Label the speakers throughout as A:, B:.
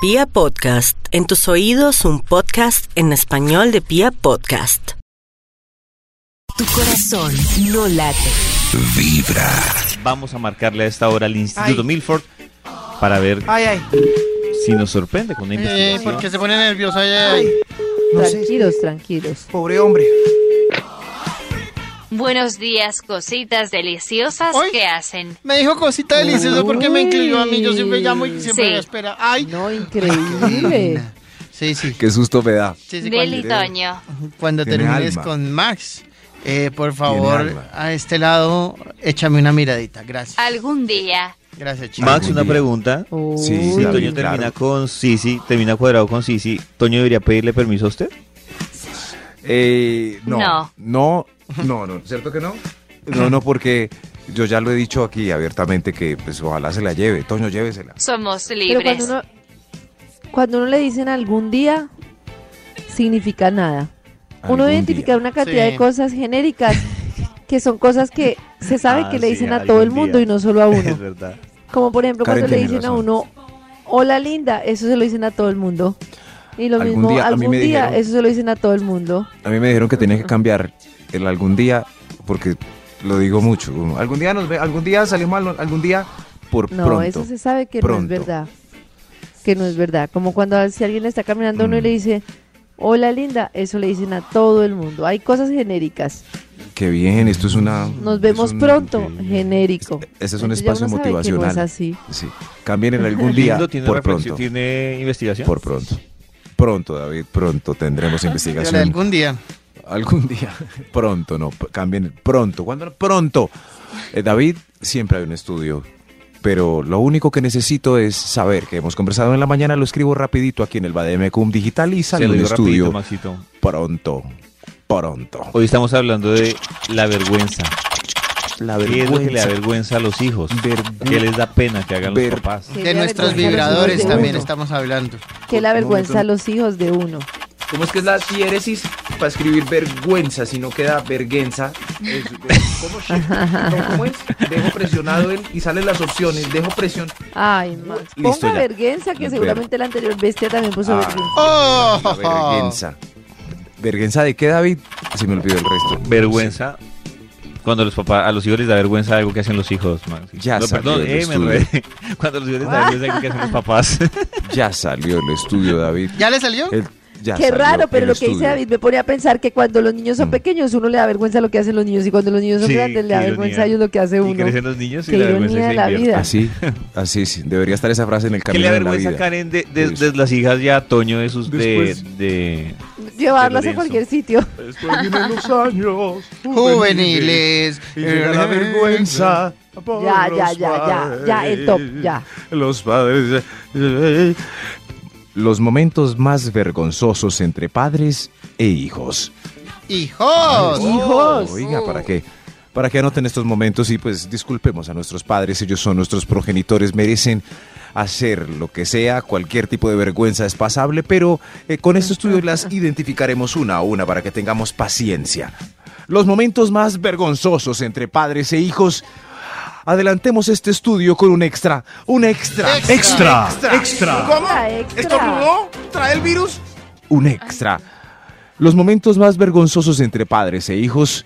A: Pia Podcast, en tus oídos un podcast en español de Pia Podcast.
B: Tu corazón no late.
C: Vamos a marcarle a esta hora al Instituto Milford para ver
D: Ay, ay.
C: si nos sorprende con una
E: Eh,
C: investigación.
E: porque se pone nervioso. Ay, ay,
D: ay. No sé,
F: Tranquilos, tranquilos.
D: pobre hombre.
G: Buenos días, cositas deliciosas
E: Hoy-
G: que hacen.
E: Me dijo cosita deliciosa porque me incluyó a mí. Yo siempre llamo y siempre
G: Sí.
E: me espera. Ay,
F: No, increíble.
E: sí, sí.
H: Qué susto me da.
E: sí, sí,
G: Del
E: cuando,
G: otoño.
E: cuando
H: Tiene
E: termines
H: alma.
E: con Max, eh, por favor,
H: alma.
E: a este lado, échame una miradita. Gracias.
G: Algún día.
E: Gracias, chicos.
C: Max, una
H: Algún día.
C: pregunta.
F: Uy.
H: Sí,
C: Si
H: sí,
C: Toño
H: claro.
C: termina con Sisi, termina cuadrado con Sisi, ¿Toño debería pedirle permiso a usted?
H: Eh, no,
G: No.
H: no. No, no, ¿Cierto que no? No, no, porque yo ya lo he dicho aquí abiertamente que pues ojalá se la lleve. Toño, llévesela.
G: Somos
F: Pero cuando
G: libres.
F: uno, cuando uno le dicen algún día, significa nada. Uno
H: Algún
F: debe identificar una cantidad
E: Sí.
F: de cosas genéricas que son cosas que se sabe
C: Ah,
F: que le
C: sí,
F: dicen a
C: algún
F: todo el mundo
C: día.
F: y no solo a
C: Es
F: uno.
C: verdad.
F: Como por ejemplo
H: Karen
F: cuando le
H: tiene
F: dicen a
H: razón.
F: uno, hola linda, eso se lo dicen a todo el mundo. Y lo
H: Algún
F: mismo,
H: día, a mí
F: algún
H: me
F: día,
H: dijeron-
F: eso se lo dicen a todo el mundo.
H: A mí me dijeron que tenía que cambiar el algún día porque lo digo mucho. como, Algún día nos ve, algún día salimos al- algún día por
F: No,
H: pronto.
F: eso se sabe que no es
H: Pronto.
F: verdad. Que no es verdad. Como cuando a- si alguien le está caminando a uno y
H: Mm.
F: le dice, hola linda, eso le dicen a todo el mundo. Hay cosas genéricas.
H: Qué bien, esto es una Mm,
F: Nos
H: es
F: vemos
H: un-
F: pronto,
H: sí.
F: genérico.
H: Ese es un
F: Entonces ya
H: espacio
F: uno sabe que no es
H: motivacional.
F: así.
H: Sí. Cambien el algún día
C: Lindo, ¿Tiene,
H: por
C: reflexión?
H: pronto.
C: ¿Tiene investigación?
H: Por pronto. Pronto, David, pronto tendremos
E: Pero
H: investigación.
E: algún día.
H: Algún día. Pronto, no. p- Cambien. Pronto. ¿Cuándo? Pronto. Eh, David, siempre hay un estudio. Pero lo único que necesito es saber que hemos conversado en la mañana, lo escribo rapidito aquí en el Bademecum Digital y
C: Se
H: sale
C: lo
H: un
C: digo rapidito,
H: estudio
C: Maxito.
H: pronto. Pronto.
C: Hoy estamos hablando de la vergüenza. ¿Qué es lo que le da vergüenza a los hijos?
H: Vergüenza.
C: ¿Qué les da pena que hagan los
H: Ver-
C: papás?
F: Que
E: De
F: la
E: nuestros
F: vergüenza a los hijos
E: vibradores
F: de
E: también
F: uno.
E: estamos hablando.
F: Que la
I: Un
F: vergüenza
I: momento.
F: a los hijos de uno.
I: ¿Cómo es que es la diéresis para escribir vergüenza si no queda vergüenza? Es- ¿Cómo, es? ¿Cómo es? Dejo presionado él y salen las opciones. Dejo presión.
F: Ay, Max.
H: Mm, Listo,
F: Ponga
H: ya.
F: vergüenza, que
H: Ver-
F: seguramente la anterior bestia también puso
H: Ah.
F: vergüenza.
E: ¡Oh!
H: La vergüenza. ¿Vergüenza de qué, David? Se me olvidó el resto.
C: Vergüenza. Cuando los papás, a los hijos les da vergüenza algo que hacen los hijos, Max.
H: Ya
C: No,
H: salió
C: perdón,
H: el
C: eh, me
H: estudio. Ah.
C: enredé. Cuando a los hijos les da vergüenza algo que hacen los papás.
H: Ya salió el estudio, David.
E: ¿Ya le salió?
H: El- ya
F: Qué
H: salió
F: raro, pero
H: el
F: lo que dice
H: estudio.
F: David me pone a pensar que cuando los niños son
H: Mm.
F: pequeños uno le da vergüenza lo que hacen los niños y cuando los niños son
C: Sí,
F: grandes le da
C: qué
F: vergüenza
C: ironía.
F: a ellos lo que hace
C: Y
F: uno.
C: crecen los niños y
F: Qué
C: la vergüenza
F: ironía
C: se
F: de la
C: invierte.
F: vida.
H: Así, así, sí. Debería estar esa frase en el
C: ¿Qué
H: camino
C: le da
H: de la
C: vergüenza,
H: vida.
C: Karen, de, de-
H: Pues-
C: de las hijas ya, Toño, de sus... De,
I: Después-
C: de-
F: Llevarlas
C: Lorenzo.
F: a cualquier sitio.
I: Después vienen los años
E: Juveniles.
I: por
F: Ya, ya,
I: los
F: ya, ya, ya, el top, ya.
H: Los padres. Los momentos más vergonzosos entre padres e hijos.
E: ¡Hijos!
F: Hijos.
H: Oh, Oiga, ¿para qué? Para que anoten estos momentos y pues disculpemos a nuestros padres, ellos son nuestros progenitores, merecen hacer lo que sea, cualquier tipo de vergüenza es pasable, pero eh, con estos estudios las identificaremos una a una para que tengamos paciencia. Los momentos más vergonzosos entre padres e hijos. Adelantemos este estudio con un extra, un extra,
E: Extra,
H: extra, Ah, extra.
F: Extra, extra.
H: ¿Trae el virus? Un extra. Los momentos más vergonzosos entre padres e hijos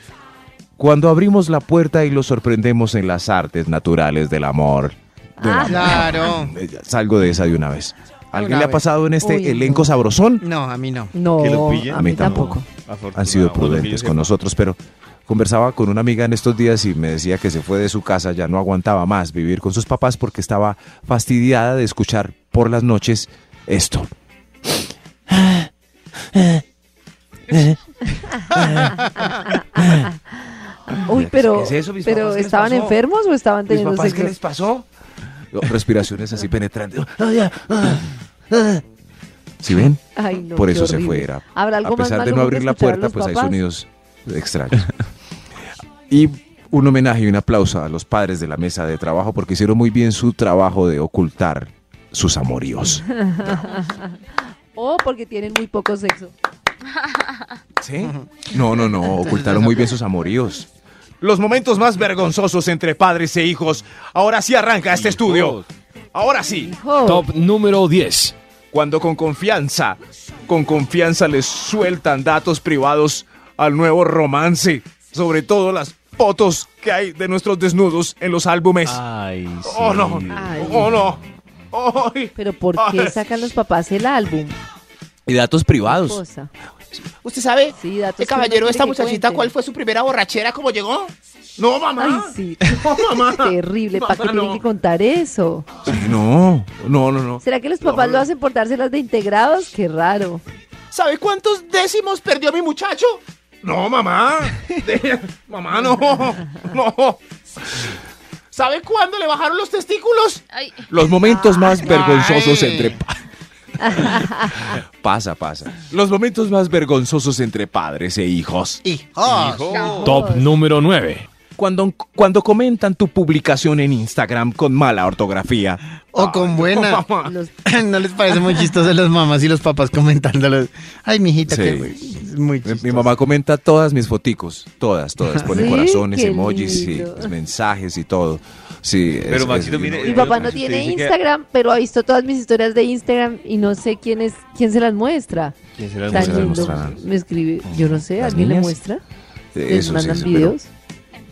H: cuando abrimos la puerta y los sorprendemos en las artes naturales del amor.
F: Ah.
H: De la-
E: Claro.
H: Eh, ya, Salgo de esa de una vez. ¿A ¿Alguien
E: Una
H: le ha
E: vez.
H: pasado en este
F: Uy,
H: elenco
F: no.
H: sabrosón?
E: No, a mí no.
F: No,
C: que lo pillen.
F: a mí tampoco.
H: Han sido prudentes con nosotros, pero conversaba con una amiga en estos días y me decía que se fue de su casa, ya no aguantaba más vivir con sus papás porque estaba fastidiada de escuchar por las noches esto. Ah,
F: Uy, pero,
I: ¿Qué es eso, mis
F: pero
I: papás? ¿Qué les
F: ¿estaban
I: pasó?
F: enfermos o estaban
I: ¿Mis
F: teniendo
I: papás qué
F: sexo?
I: les pasó?
H: respiraciones así penetrantes. ¿Sí ven?
F: Ay, no,
H: Por
F: qué
H: eso se
F: horrible.
H: fue. Era,
F: ¿Habrá algo
H: a pesar
F: más
H: de no
F: maluco que
H: abrir la
F: escuchar a
H: puerta,
F: los
H: pues hay
F: papás?
H: sonidos extraños. y un homenaje y un aplauso a los padres de la mesa de trabajo porque hicieron muy bien su trabajo de ocultar sus amoríos.
F: O porque tienen muy poco sexo.
H: ¿Sí? No, no, no, ocultaron muy bien sus amoríos. Los momentos más vergonzosos entre padres e hijos. Ahora sí arranca este estudio. Ahora sí.
F: Oh,
J: Top número 10.
H: cuando con confianza, con confianza les sueltan datos privados al nuevo romance, sobre todo las fotos que hay de nuestros desnudos en los álbumes.
C: Ay, sí.
H: Oh no,
F: Ay.
H: oh no. Ay.
F: Pero ¿por qué sacan los papás el álbum?
H: Y datos privados.
F: Cosa.
E: ¿Usted sabe,
F: Sí, datos
E: el
F: que uno
E: caballero
F: quiere
E: de esta
F: que
E: muchachita,
F: cuenten.
E: cuál fue su primera borrachera, cómo llegó? No,
F: Ay,
E: mamá.
F: sí.
E: No, mamá.
F: Terrible, ¿para qué
E: Mamá,
F: tienen
E: no.
F: que contar eso?
H: Sí, no, no, no, no.
F: ¿Será que los papás lo hacen por dárselas de integrados? Qué raro.
E: ¿Sabe cuántos décimos perdió mi muchacho?
I: No, mamá. De- mamá, no. No.
E: ¿Sabe cuándo le bajaron los testículos?
G: Ay,
H: Los momentos más vergonzosos
E: Ay.
H: entre... pa- pasa, pasa. Los momentos más vergonzosos entre padres e hijos.
D: Top número 9.
H: Cuando, cuando comentan tu publicación en Instagram con mala ortografía.
J: O con buena.
F: Los-
J: ¿No les parece muy chistoso las mamás y los papás comentándolos? Ay, mijita,
H: Sí.
J: que es muy
H: Mi-
J: chistoso.
H: Mi mamá comenta todas mis foticos, todas, todas. Pone
F: Sí,
H: corazones,
F: qué
H: emojis, sí,
F: lindo.
H: mensajes y todo. Sí, es-
C: Pero, Maxito,
H: es-
C: mire,
F: Mi
C: Eh,
F: papá no
C: usted
F: tiene
C: dice que-
F: Instagram, pero ha visto todas mis historias de Instagram y no sé quién es, quién se las muestra.
C: ¿Quién se las
H: Tan
C: muestra?
F: lindo,
H: mostrarán?
F: me escribe, yo no sé,
H: ¿Las
F: ¿alguien le
H: niñas?
F: muestra? ¿Les
H: Eso sí,
F: mandan
H: eso, pero,
F: videos?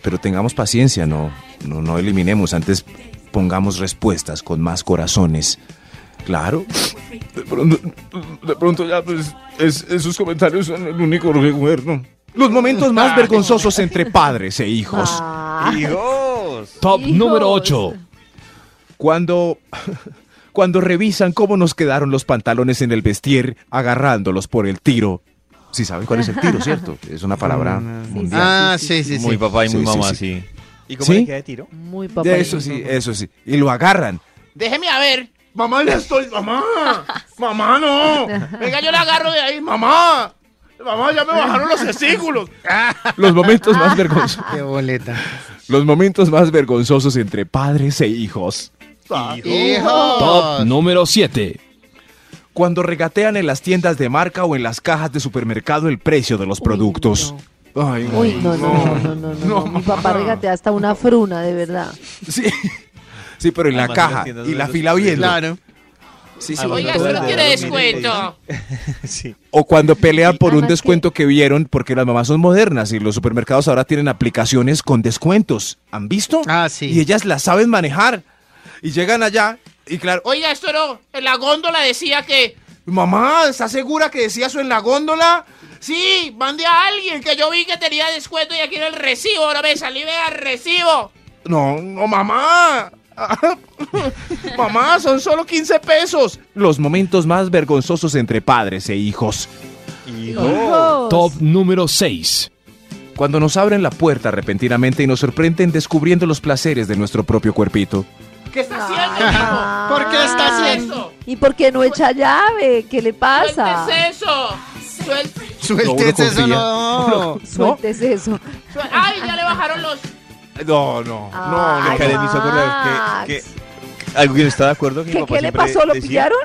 H: pero tengamos paciencia, no, no, no eliminemos. Antes pongamos respuestas con más corazones. Claro.
I: De pronto, de pronto ya, pues, es- esos comentarios son el único recuerdo. Ah,
H: Los momentos más vergonzosos entre padres e hijos.
F: Ah,
C: Dios.
D: Top
F: Hijos.
D: número 8.
H: Cuando, cuando revisan cómo nos quedaron los pantalones en el vestir, agarrándolos por el tiro. Si saben cuál es el tiro, ¿cierto? Es una palabra mundial.
J: Ah, sí, sí, sí.
C: Muy papá y
H: Sí,
C: muy
H: sí,
C: mamá,
H: sí.
C: sí. ¿Y
H: cómo le queda
C: de tiro?
F: muy
I: Ah,
F: papá.
H: De eso sí,
E: eh,
H: eso sí. Y lo agarran.
E: Déjeme a ver.
I: Mamá, ya estoy. Mamá. Mamá, no.
E: Venga, yo la agarro de ahí, mamá.
I: Mamá. Mamá, ya me bajaron los testículos.
H: Los momentos más vergonzosos.
J: Qué boleta.
H: Los momentos más vergonzosos entre padres e hijos.
D: Top
J: ¡Hijo!
D: número 7.
H: Cuando regatean en las tiendas de marca o en las cajas de supermercado el precio de los productos. Ay,
F: Uy, no, no, no, no, no, no,
I: No,
F: Mi papá
I: mamá.
F: regatea hasta una fruna, de verdad.
H: Sí. Sí, pero en la
C: Además, en las
H: caja
C: tiendas
H: y
C: de
H: la
C: los-
H: fila viendo.
J: Claro.
H: Sí, sí,
C: Además,
H: bueno,
E: Oiga,
H: todo
E: eso
H: el
E: no
H: día.
E: tiene descuento.
C: Sí.
H: O cuando pelean por un
F: Además que-
H: descuento que vieron, porque las mamás son modernas y los supermercados ahora tienen aplicaciones con descuentos. ¿Han visto?
J: Ah, sí.
H: Y ellas las saben manejar. Y llegan allá y claro,
E: Oiga, esto no. En la góndola decía que.
H: mamá, ¿estás segura que decía eso en la góndola?
E: Sí, mandé a alguien que yo vi que tenía descuento y aquí era el recibo. Ahora me salí, vea, recibo.
H: No, no, mamá. mamá, son solo 15 pesos. Los momentos más vergonzosos entre padres e hijos.
F: Hijos.
D: Top número 6.
H: Cuando nos abren la puerta repentinamente y nos sorprenden descubriendo los placeres de nuestro propio cuerpito.
E: ¿Qué está haciendo, hijo?
J: ¿Por qué está
F: Ay,
J: haciendo?
E: eso?
F: ¿Y por qué no echa llave? ¿Qué le pasa?
E: Suéltese eso. Suelte,
J: Suéltese
H: No,
J: eso,
H: uno
J: no.
F: Suéltese eso.
E: suel- Ay, ya le bajaron los.
H: No, no.
J: Ah.
F: No,
C: Karen me hizo acordar que- ¿Algo que no está de acuerdo? Que mi
F: ¿Qué,
C: papá
F: qué le
C: siempre
F: pasó? ¿Lo
C: decía-
F: pillaron?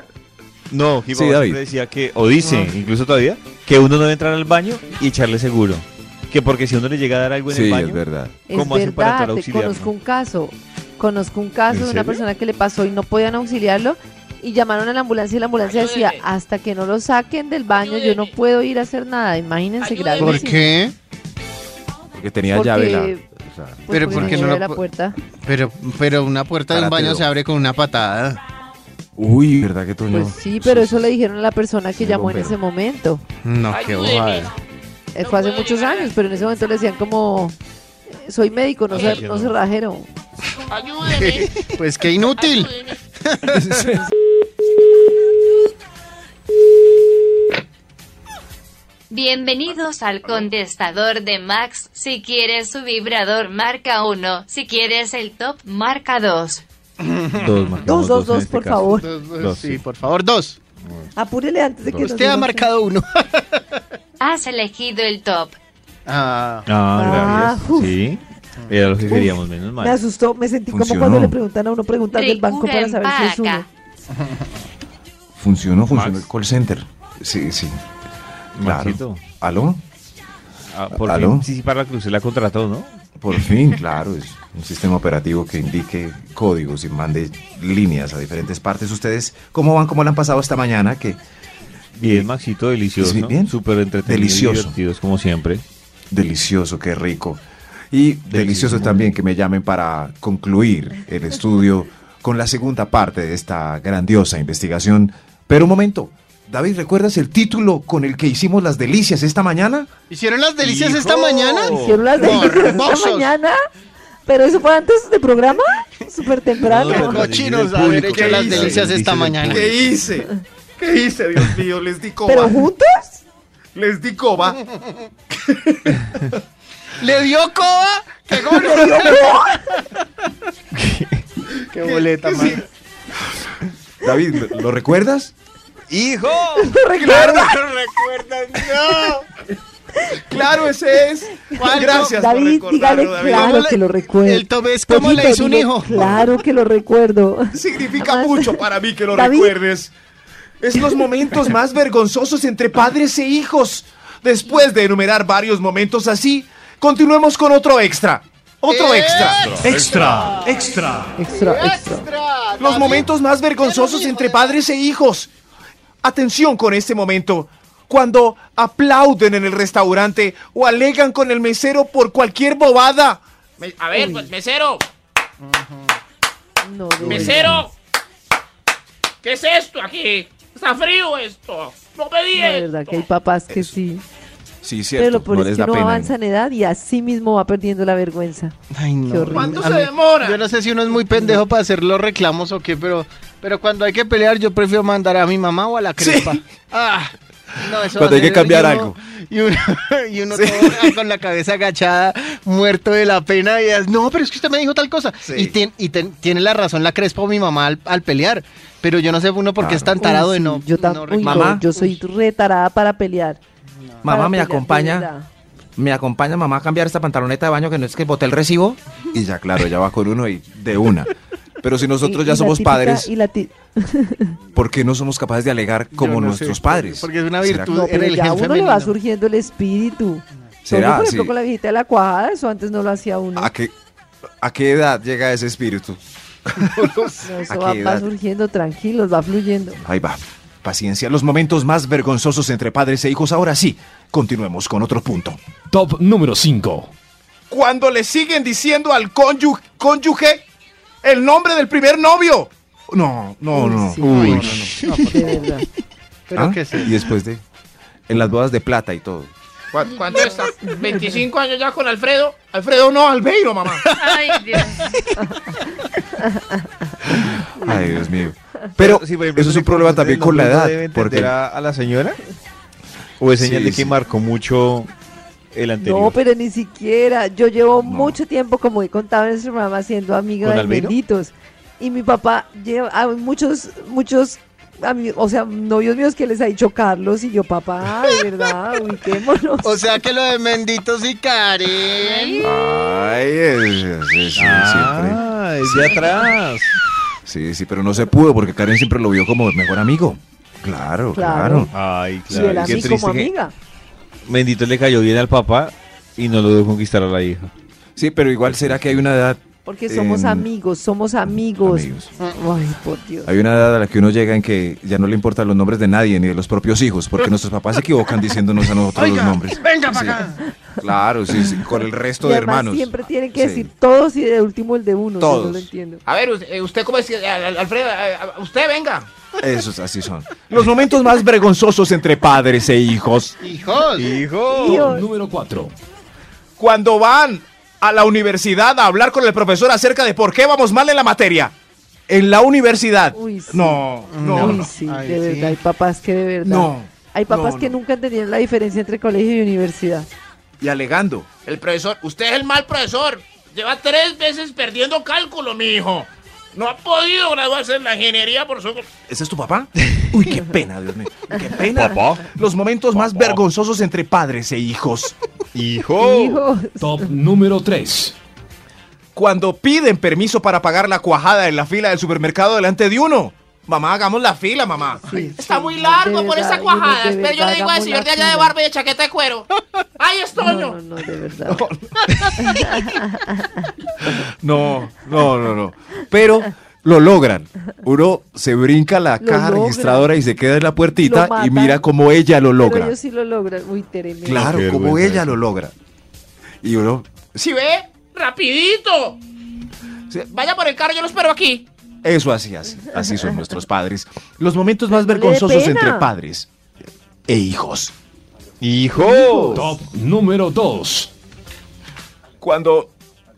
C: No, mi
H: Sí,
C: papá
H: David.
C: siempre decía que, o dice, incluso todavía, que uno no debe entrar al baño y echarle seguro. Que porque si uno le llega a dar algo en
H: Sí,
C: el baño,
H: es verdad.
F: Es
C: ¿Cómo hacen para
F: verdad,
C: entrar a
F: te
C: auxiliar,
F: conozco
C: no?
F: un caso. Conozco un caso
H: ¿En
F: de una
H: serio?
F: persona que le pasó y no podían auxiliarlo y llamaron a la ambulancia y la ambulancia decía,
E: Ayúdeme.
F: hasta que no lo saquen del baño yo no
E: Ayúdeme.
F: puedo ir a hacer nada. Imagínense
E: Ayúdeme.
F: gravísimo.
J: ¿Por qué?
H: Porque tenía
F: Porque-
H: llave la.
F: pues,
J: Pero
F: porque
J: ¿por qué
F: no
J: no lo
F: abre la
J: pu-
F: puerta.
J: Pero, pero una puerta de un
H: Karate
J: baño
H: do.
J: se abre con una patada.
H: Uy, ¿verdad que tú
F: Pues sí, pero eso le dijeron a la persona que
H: Sí,
F: llamó en
H: bombero.
F: ese momento.
J: No, qué
E: Ayúdeme.
J: bobada.
F: Eh,
E: No
F: Fue hace
E: puedo
F: muchos
E: llegar.
F: años, pero en ese momento le decían como, "Eh, soy médico, no, soy,
C: Ay,
F: no
C: no.
F: soy rajero.
E: Ayúdeme.
J: Pues qué inútil.
E: ayúdeme.
G: bienvenidos al contestador de Max. Si quieres su vibrador, marca 1. Si quieres el top, marca 2.
C: Dos, marcamos
F: Dos, dos,
C: en
F: dos,
C: este
F: por
C: caso.
F: favor.
J: Dos, dos,
C: Dos,
J: sí,
C: sí.
J: por favor, dos.
F: Apúrele antes de que nos
J: Usted ha
F: digan
J: marcado uno.
G: Has elegido el top.
J: Ah,
C: Ah,
F: Ah,
C: gracias.
F: uf.
C: sí. Era lo que queríamos, menos
F: Me
C: mal.
F: asustó, me sentí como
H: Funcionó.
F: cuando le preguntan a uno preguntar del
G: Ricura
F: banco para saber si es uno.
G: empaca.
H: Funcionó, funcionó
I: Max.
H: el call center. Sí, sí. Claro.
C: Maxito.
H: ¿Aló?
C: Ah, por
H: ¿Aló?
C: fin, sí, sí, para la cruz, la contrató, ¿no?
H: Por fin, claro, es un sistema operativo que indique códigos y mande líneas a diferentes partes. ¿Ustedes cómo van? ¿Cómo le han pasado esta mañana? Que
C: Bien, Maxito, delicioso.
H: Sí, bien.
C: Súper entretenido.
H: Delicioso.
C: Delicioso. Divertidos, como siempre.
H: delicioso, qué rico. Y delicioso también que me llamen para concluir el estudio con la segunda parte de esta grandiosa investigación. Pero un momento, David, ¿recuerdas el título con el que hicimos las delicias esta mañana?
J: ¿Hicieron las delicias
C: Hijo.
J: esta mañana?
F: Hicieron las
J: No,
F: delicias esta
J: hermosos.
F: mañana. Pero eso fue antes del programa, súper temprano.
C: No, no, Las delicias
J: Cochinos
C: del
J: haber
C: público,
J: hecho las
C: ¿qué hice?
J: delicias
C: Las
J: esta
C: delicias del
J: mañana.
C: público.
I: ¿Qué hice? ¿Qué hice, Dios mío? Les di coba.
F: ¿Pero juntos?
I: Les di coba.
J: ¿Le dio coba? ¡Qué gordo! ¡Qué boleta, man!
H: David, ¿lo- ¿lo recuerdas?
I: ¡Hijo! ¡Claro! lo recuerdan! ¡No! ¡Claro, ese es! Gracias por
F: David, dígale
I: recordarlo, David.
F: claro
J: ¿Cómo le-
F: que lo recuerdo.
J: el top es cómo le
F: Poquito,
J: hizo un
F: dile,
J: hijo?
F: Claro que lo recuerdo.
I: Significa
F: Además-
I: mucho para mí que lo
F: David.
I: recuerdes. Es los momentos más vergonzosos entre padres e hijos. Después de enumerar varios momentos así, continuemos con otro extra. Otro extra.
D: Extra, extra.
F: Extra, extra.
I: Los momentos más vergonzosos entre padres e hijos. Atención con este momento. Cuando aplauden en el restaurante o alegan con el mesero por cualquier bobada.
E: Me- a ver, pues, mesero,
F: No, no.
E: mesero. ¿Qué es esto aquí? Está frío esto. No pedí
F: La
E: esto.
F: verdad que hay papás que sí.
H: Sí,
F: Pero lo peor
H: no
F: es
H: les
F: que
H: da
F: uno
H: pena.
F: avanza en edad y así mismo va perdiendo la vergüenza.
J: Ay,
F: Qué
J: no.
F: horrible.
E: ¿Cuánto
J: A
E: se
J: mí-
E: demora?
J: Yo no sé si uno es muy pendejo para hacer los reclamos o qué, pero, pero cuando hay que pelear, yo prefiero mandar a mi mamá o a la crepa. Ah, no, eso va a
H: Cuando hay que
J: ser-
H: cambiar
J: y uno-
H: algo.
J: Y uno, y uno todo ah, con la cabeza agachada, muerto de la pena. Y es, no, pero es que usted me dijo tal cosa.
H: Sí.
J: Y, tien- y ten- tiene la razón la crespa o mi mamá al, al pelear. Pero yo no sé uno por qué es
H: Claro.
J: tan tarado
F: Uy,
J: de
F: sí,
J: no.
F: Yo, tam-
J: no
F: uy, no,
J: reclamar.
H: Mamá.
F: yo soy retarada para pelear.
K: Mamá,
F: Para
K: ¿me
F: pelear, de
K: acompaña?
F: verdad.
K: ¿Me acompaña mamá a cambiar esta pantaloneta de baño que no es que boté el recibo?
H: Y ya, claro, ya va con uno y de una. Pero si nosotros
F: Y- y
H: ya
F: la
H: somos
F: típica-
H: padres,
F: y la ti-
H: ¿por qué no somos capaces de alegar como
J: Yo no
H: nuestros
J: sé,
H: padres?
J: porque es una virtud.
H: ¿Será-
J: Tú
F: No,
J: Mm, en
F: pero
J: el
F: ya a
J: gen
F: uno le va
J: femenino.
F: surgiendo el espíritu.
H: ¿Será?
F: Yo, por ejemplo,
H: Sí. Ah,
F: con la viejita de la cuajada, eso antes no lo hacía uno.
H: ¿A qué, ¿A qué edad llega ese espíritu?
F: No,
H: pues, ¿A
F: eso
H: qué
F: va, va
H: edad?
F: surgiendo tranquilos, va fluyendo.
H: Ahí va. Paciencia, los momentos más vergonzosos entre padres e hijos. Ahora sí, continuemos con otro punto.
D: Top número 5.
I: Cuando le siguen diciendo al cónyu- cónyuge el nombre del primer novio.
H: No, no,
F: Uy,
H: no.
F: sí.
H: Uy.
F: De verdad.
J: Pero
H: ¿Ah?
J: que sí.
H: Y después de... En las bodas de plata y todo.
E: ¿Cuán- ¿Cuánto estás? 25 años ya con Alfredo.
I: Alfredo no, Albeiro, mamá.
G: Ay, Dios.
H: Ay, Dios mío. Pero
C: sí, por ejemplo,
H: eso es
C: se
H: un
C: le
H: problema
C: confunde
H: también
C: el
H: con la
C: nombre, ¿no
H: edad.
C: debe entender
H: Porque
C: a, a la señora? ¿O es señal
H: Sí,
C: de que
H: sí.
C: marcó mucho el anterior?
F: No, pues, pero ni siquiera. Yo llevo mucho tiempo, como he contado en este programa, siendo amiga
C: ¿Con
F: de
C: Albeiro?
F: benditos. Y mi papá lleva a muchos, muchos, ami- o sea, novios míos que les ha dicho Carlos y yo, papá, de verdad, ubiquémonos.
J: O sea que lo de Menditos y Karen.
H: Ay, es, es- es- siempre.
C: Ah, es de atrás.
H: Sí, sí, pero no se pudo porque Karen siempre lo vio como mejor amigo. Claro, claro.
F: Claro.
C: Ay,
F: y él
C: claro.
F: a
C: Qué
F: mí
C: triste
F: como
C: que-
F: amiga.
C: Bendito le cayó bien al papá y no lo dejó conquistar a la hija.
H: Sí, pero igual será que hay una edad,
F: Porque somos
H: en-
F: amigos, somos amigos.
H: amigos.
F: Ay, por Dios.
H: Hay una edad a la que uno llega en que ya no le importan los nombres de nadie, ni de los propios hijos, porque nuestros papás se equivocan diciéndonos a nosotros los nombres.
J: venga
H: Sí.
J: para acá.
H: Claro, sí, sí, con el resto
F: Y
H: de
F: además
H: hermanos.
F: siempre tienen que
H: Sí.
F: decir todos y de último el de uno. yo no
H: Todos.
F: lo entiendo.
E: A ver, usted, eh, usted cómo es que. eh, Al- Alfredo, eh, eh, usted venga.
H: Esos así son. Los momentos más vergonzosos entre padres e hijos.
J: Hijos.
F: Dios.
D: Número 4.
I: Cuando van a la universidad a hablar con el profesor acerca de por qué vamos mal en la materia. En la universidad.
F: Uy, sí.
I: No, no.
F: Uy,
I: no.
F: sí,
J: Ay,
F: de
J: sí.
F: verdad, hay papás que de verdad.
I: No,
F: Hay papás
I: no,
F: que nunca entendieron la diferencia entre colegio y universidad.
I: Y alegando.
E: El profesor, usted es el mal profesor. Lleva tres veces perdiendo cálculo, mi hijo. No ha podido graduarse en la ingeniería por su culpa.
I: ¿Ese es tu papá? Uy, qué pena, Dios mío. Qué pena. Los momentos más vergonzosos entre padres e hijos.
C: ¡Hijo!
F: Hijos.
D: Top número 3.
I: Cuando piden permiso para pagar la cuajada en la fila del supermercado delante de uno. Mamá, hagamos la fila, mamá.
E: Está muy largo
F: de
E: por
F: verdad,
E: esas
F: yo no-
E: cuajadas,
F: de
E: pero yo
F: verdad,
E: le digo al
F: hagamos
E: señor
F: la
E: de allá de
F: fila.
E: barba y de chaqueta de cuero. ¡Ay, estoño!
F: No, no, de verdad.
H: No, no, no, no. Pero lo logran. Uno se brinca la
F: Lo
H: caja
F: logran.
H: registradora y se queda en la puertita
F: Lo
H: y
F: matan.
H: mira cómo ella lo
F: Pero
H: logra.
F: ellos sí lo logran. Uy, tremendo.
H: Claro,
C: Qué
H: cómo
C: vergüenza
H: ella
C: eso.
H: lo logra. Y uno,
E: ¿Sí ve? ¡Rapidito!
H: Sí.
E: Vaya por el carro, yo lo espero aquí.
H: eso así, así, así son nuestros padres. Los momentos más
F: no le dé
H: vergonzosos
F: pena.
H: entre padres e hijos.
C: ¡Hijo!
D: Top número 2.
I: Cuando,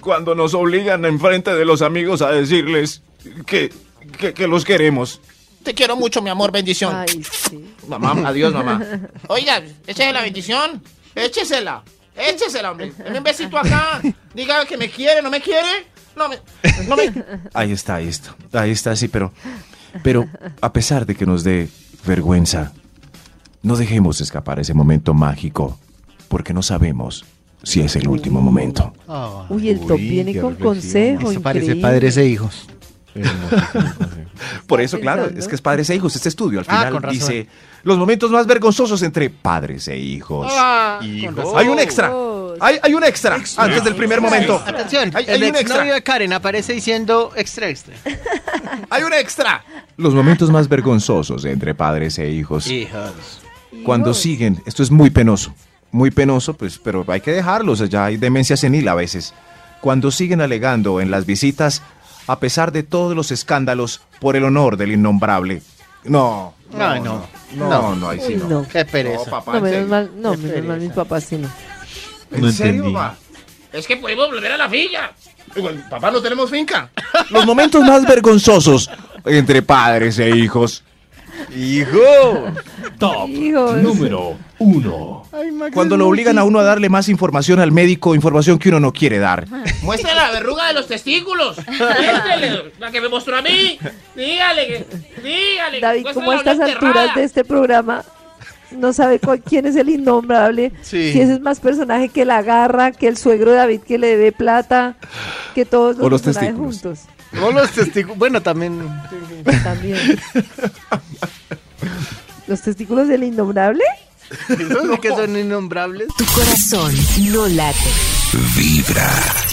I: cuando nos obligan en frente de los amigos a decirles que, que, que los queremos.
E: Te quiero mucho, mi amor, bendición.
F: Ay, sí.
I: Mamá, adiós, mamá.
E: Oiga, échese la bendición. Échesela. Échesela, hombre. Deme un besito acá. Diga que me quiere, ¿no me quiere? No me... No me...
H: Ahí está, ahí está. Ahí está, sí, pero, pero a pesar de que nos dé vergüenza, no dejemos escapar ese momento mágico, porque no sabemos si es el último momento.
J: Ah,
F: Uy, el
C: Uy,
F: top
C: qué
F: viene con
C: reflexivo.
F: consejo.
J: eso parece
F: increíble.
J: padres e hijos.
H: Por eso, claro,
F: pensando.
H: es que es padres e hijos. Este estudio al
J: Ah,
H: final
J: con razón.
H: dice los momentos más vergonzosos entre padres e hijos.
E: Ah,
C: ¡Hijo!
I: Hay un extra. Hay, hay un extra antes del primer momento.
J: Atención,
I: Hay,
J: el
I: hay un
J: exnovio
I: extra.
J: de Karen aparece diciendo extra extra.
I: Hay un extra.
H: Los momentos más vergonzosos entre padres e hijos.
J: Hijos.
H: Cuando
F: Dios.
H: siguen, esto es muy penoso, muy penoso, pues, pero hay que dejarlos, ya hay demencia senil a veces. Cuando siguen alegando en las visitas, a pesar de todos los escándalos, por el honor del innombrable. No,
J: Ay, no.
H: no,
J: No.
H: no, ahí sí
F: Uy,
H: no.
F: no.
J: Qué pereza.
I: papá,
F: No,
I: en
F: menos
I: serio.
F: mal, no,
J: Qué
F: menos
J: pereza.
F: mal mis papás sí no.
C: No
I: ¿En serio,
C: entendí.
I: mamá?
E: Es que podemos volver a la finca. Igual, Papá, no tenemos finca.
H: Los momentos más vergonzosos entre padres e hijos.
C: ¡Hijo!
D: Top
F: Hijos.
D: número 1.
H: Cuando lo obligan a uno a darle más información al médico, información que uno no quiere dar.
E: Muestre la verruga de los testículos. Muéstrele, la que me mostró a mí. Dígale, que- dígale.
F: David,
E: muéstrele
F: como a
E: la
F: estas
E: uña
F: alturas de
E: Pues enterrada.
F: este programa no sabe cuál- quién es el innombrable,
J: Sí.
F: si ese es más personaje que la garra, que el suegro de David que le debe plata, que todos los,
H: O los
F: personajes
H: testículos.
F: juntos
J: O los testigos. Bueno, también.
F: también. ¿Los testículos del innombrable?
J: Esos sí que son innombrables.
B: Tu corazón no late.
L: Vibra.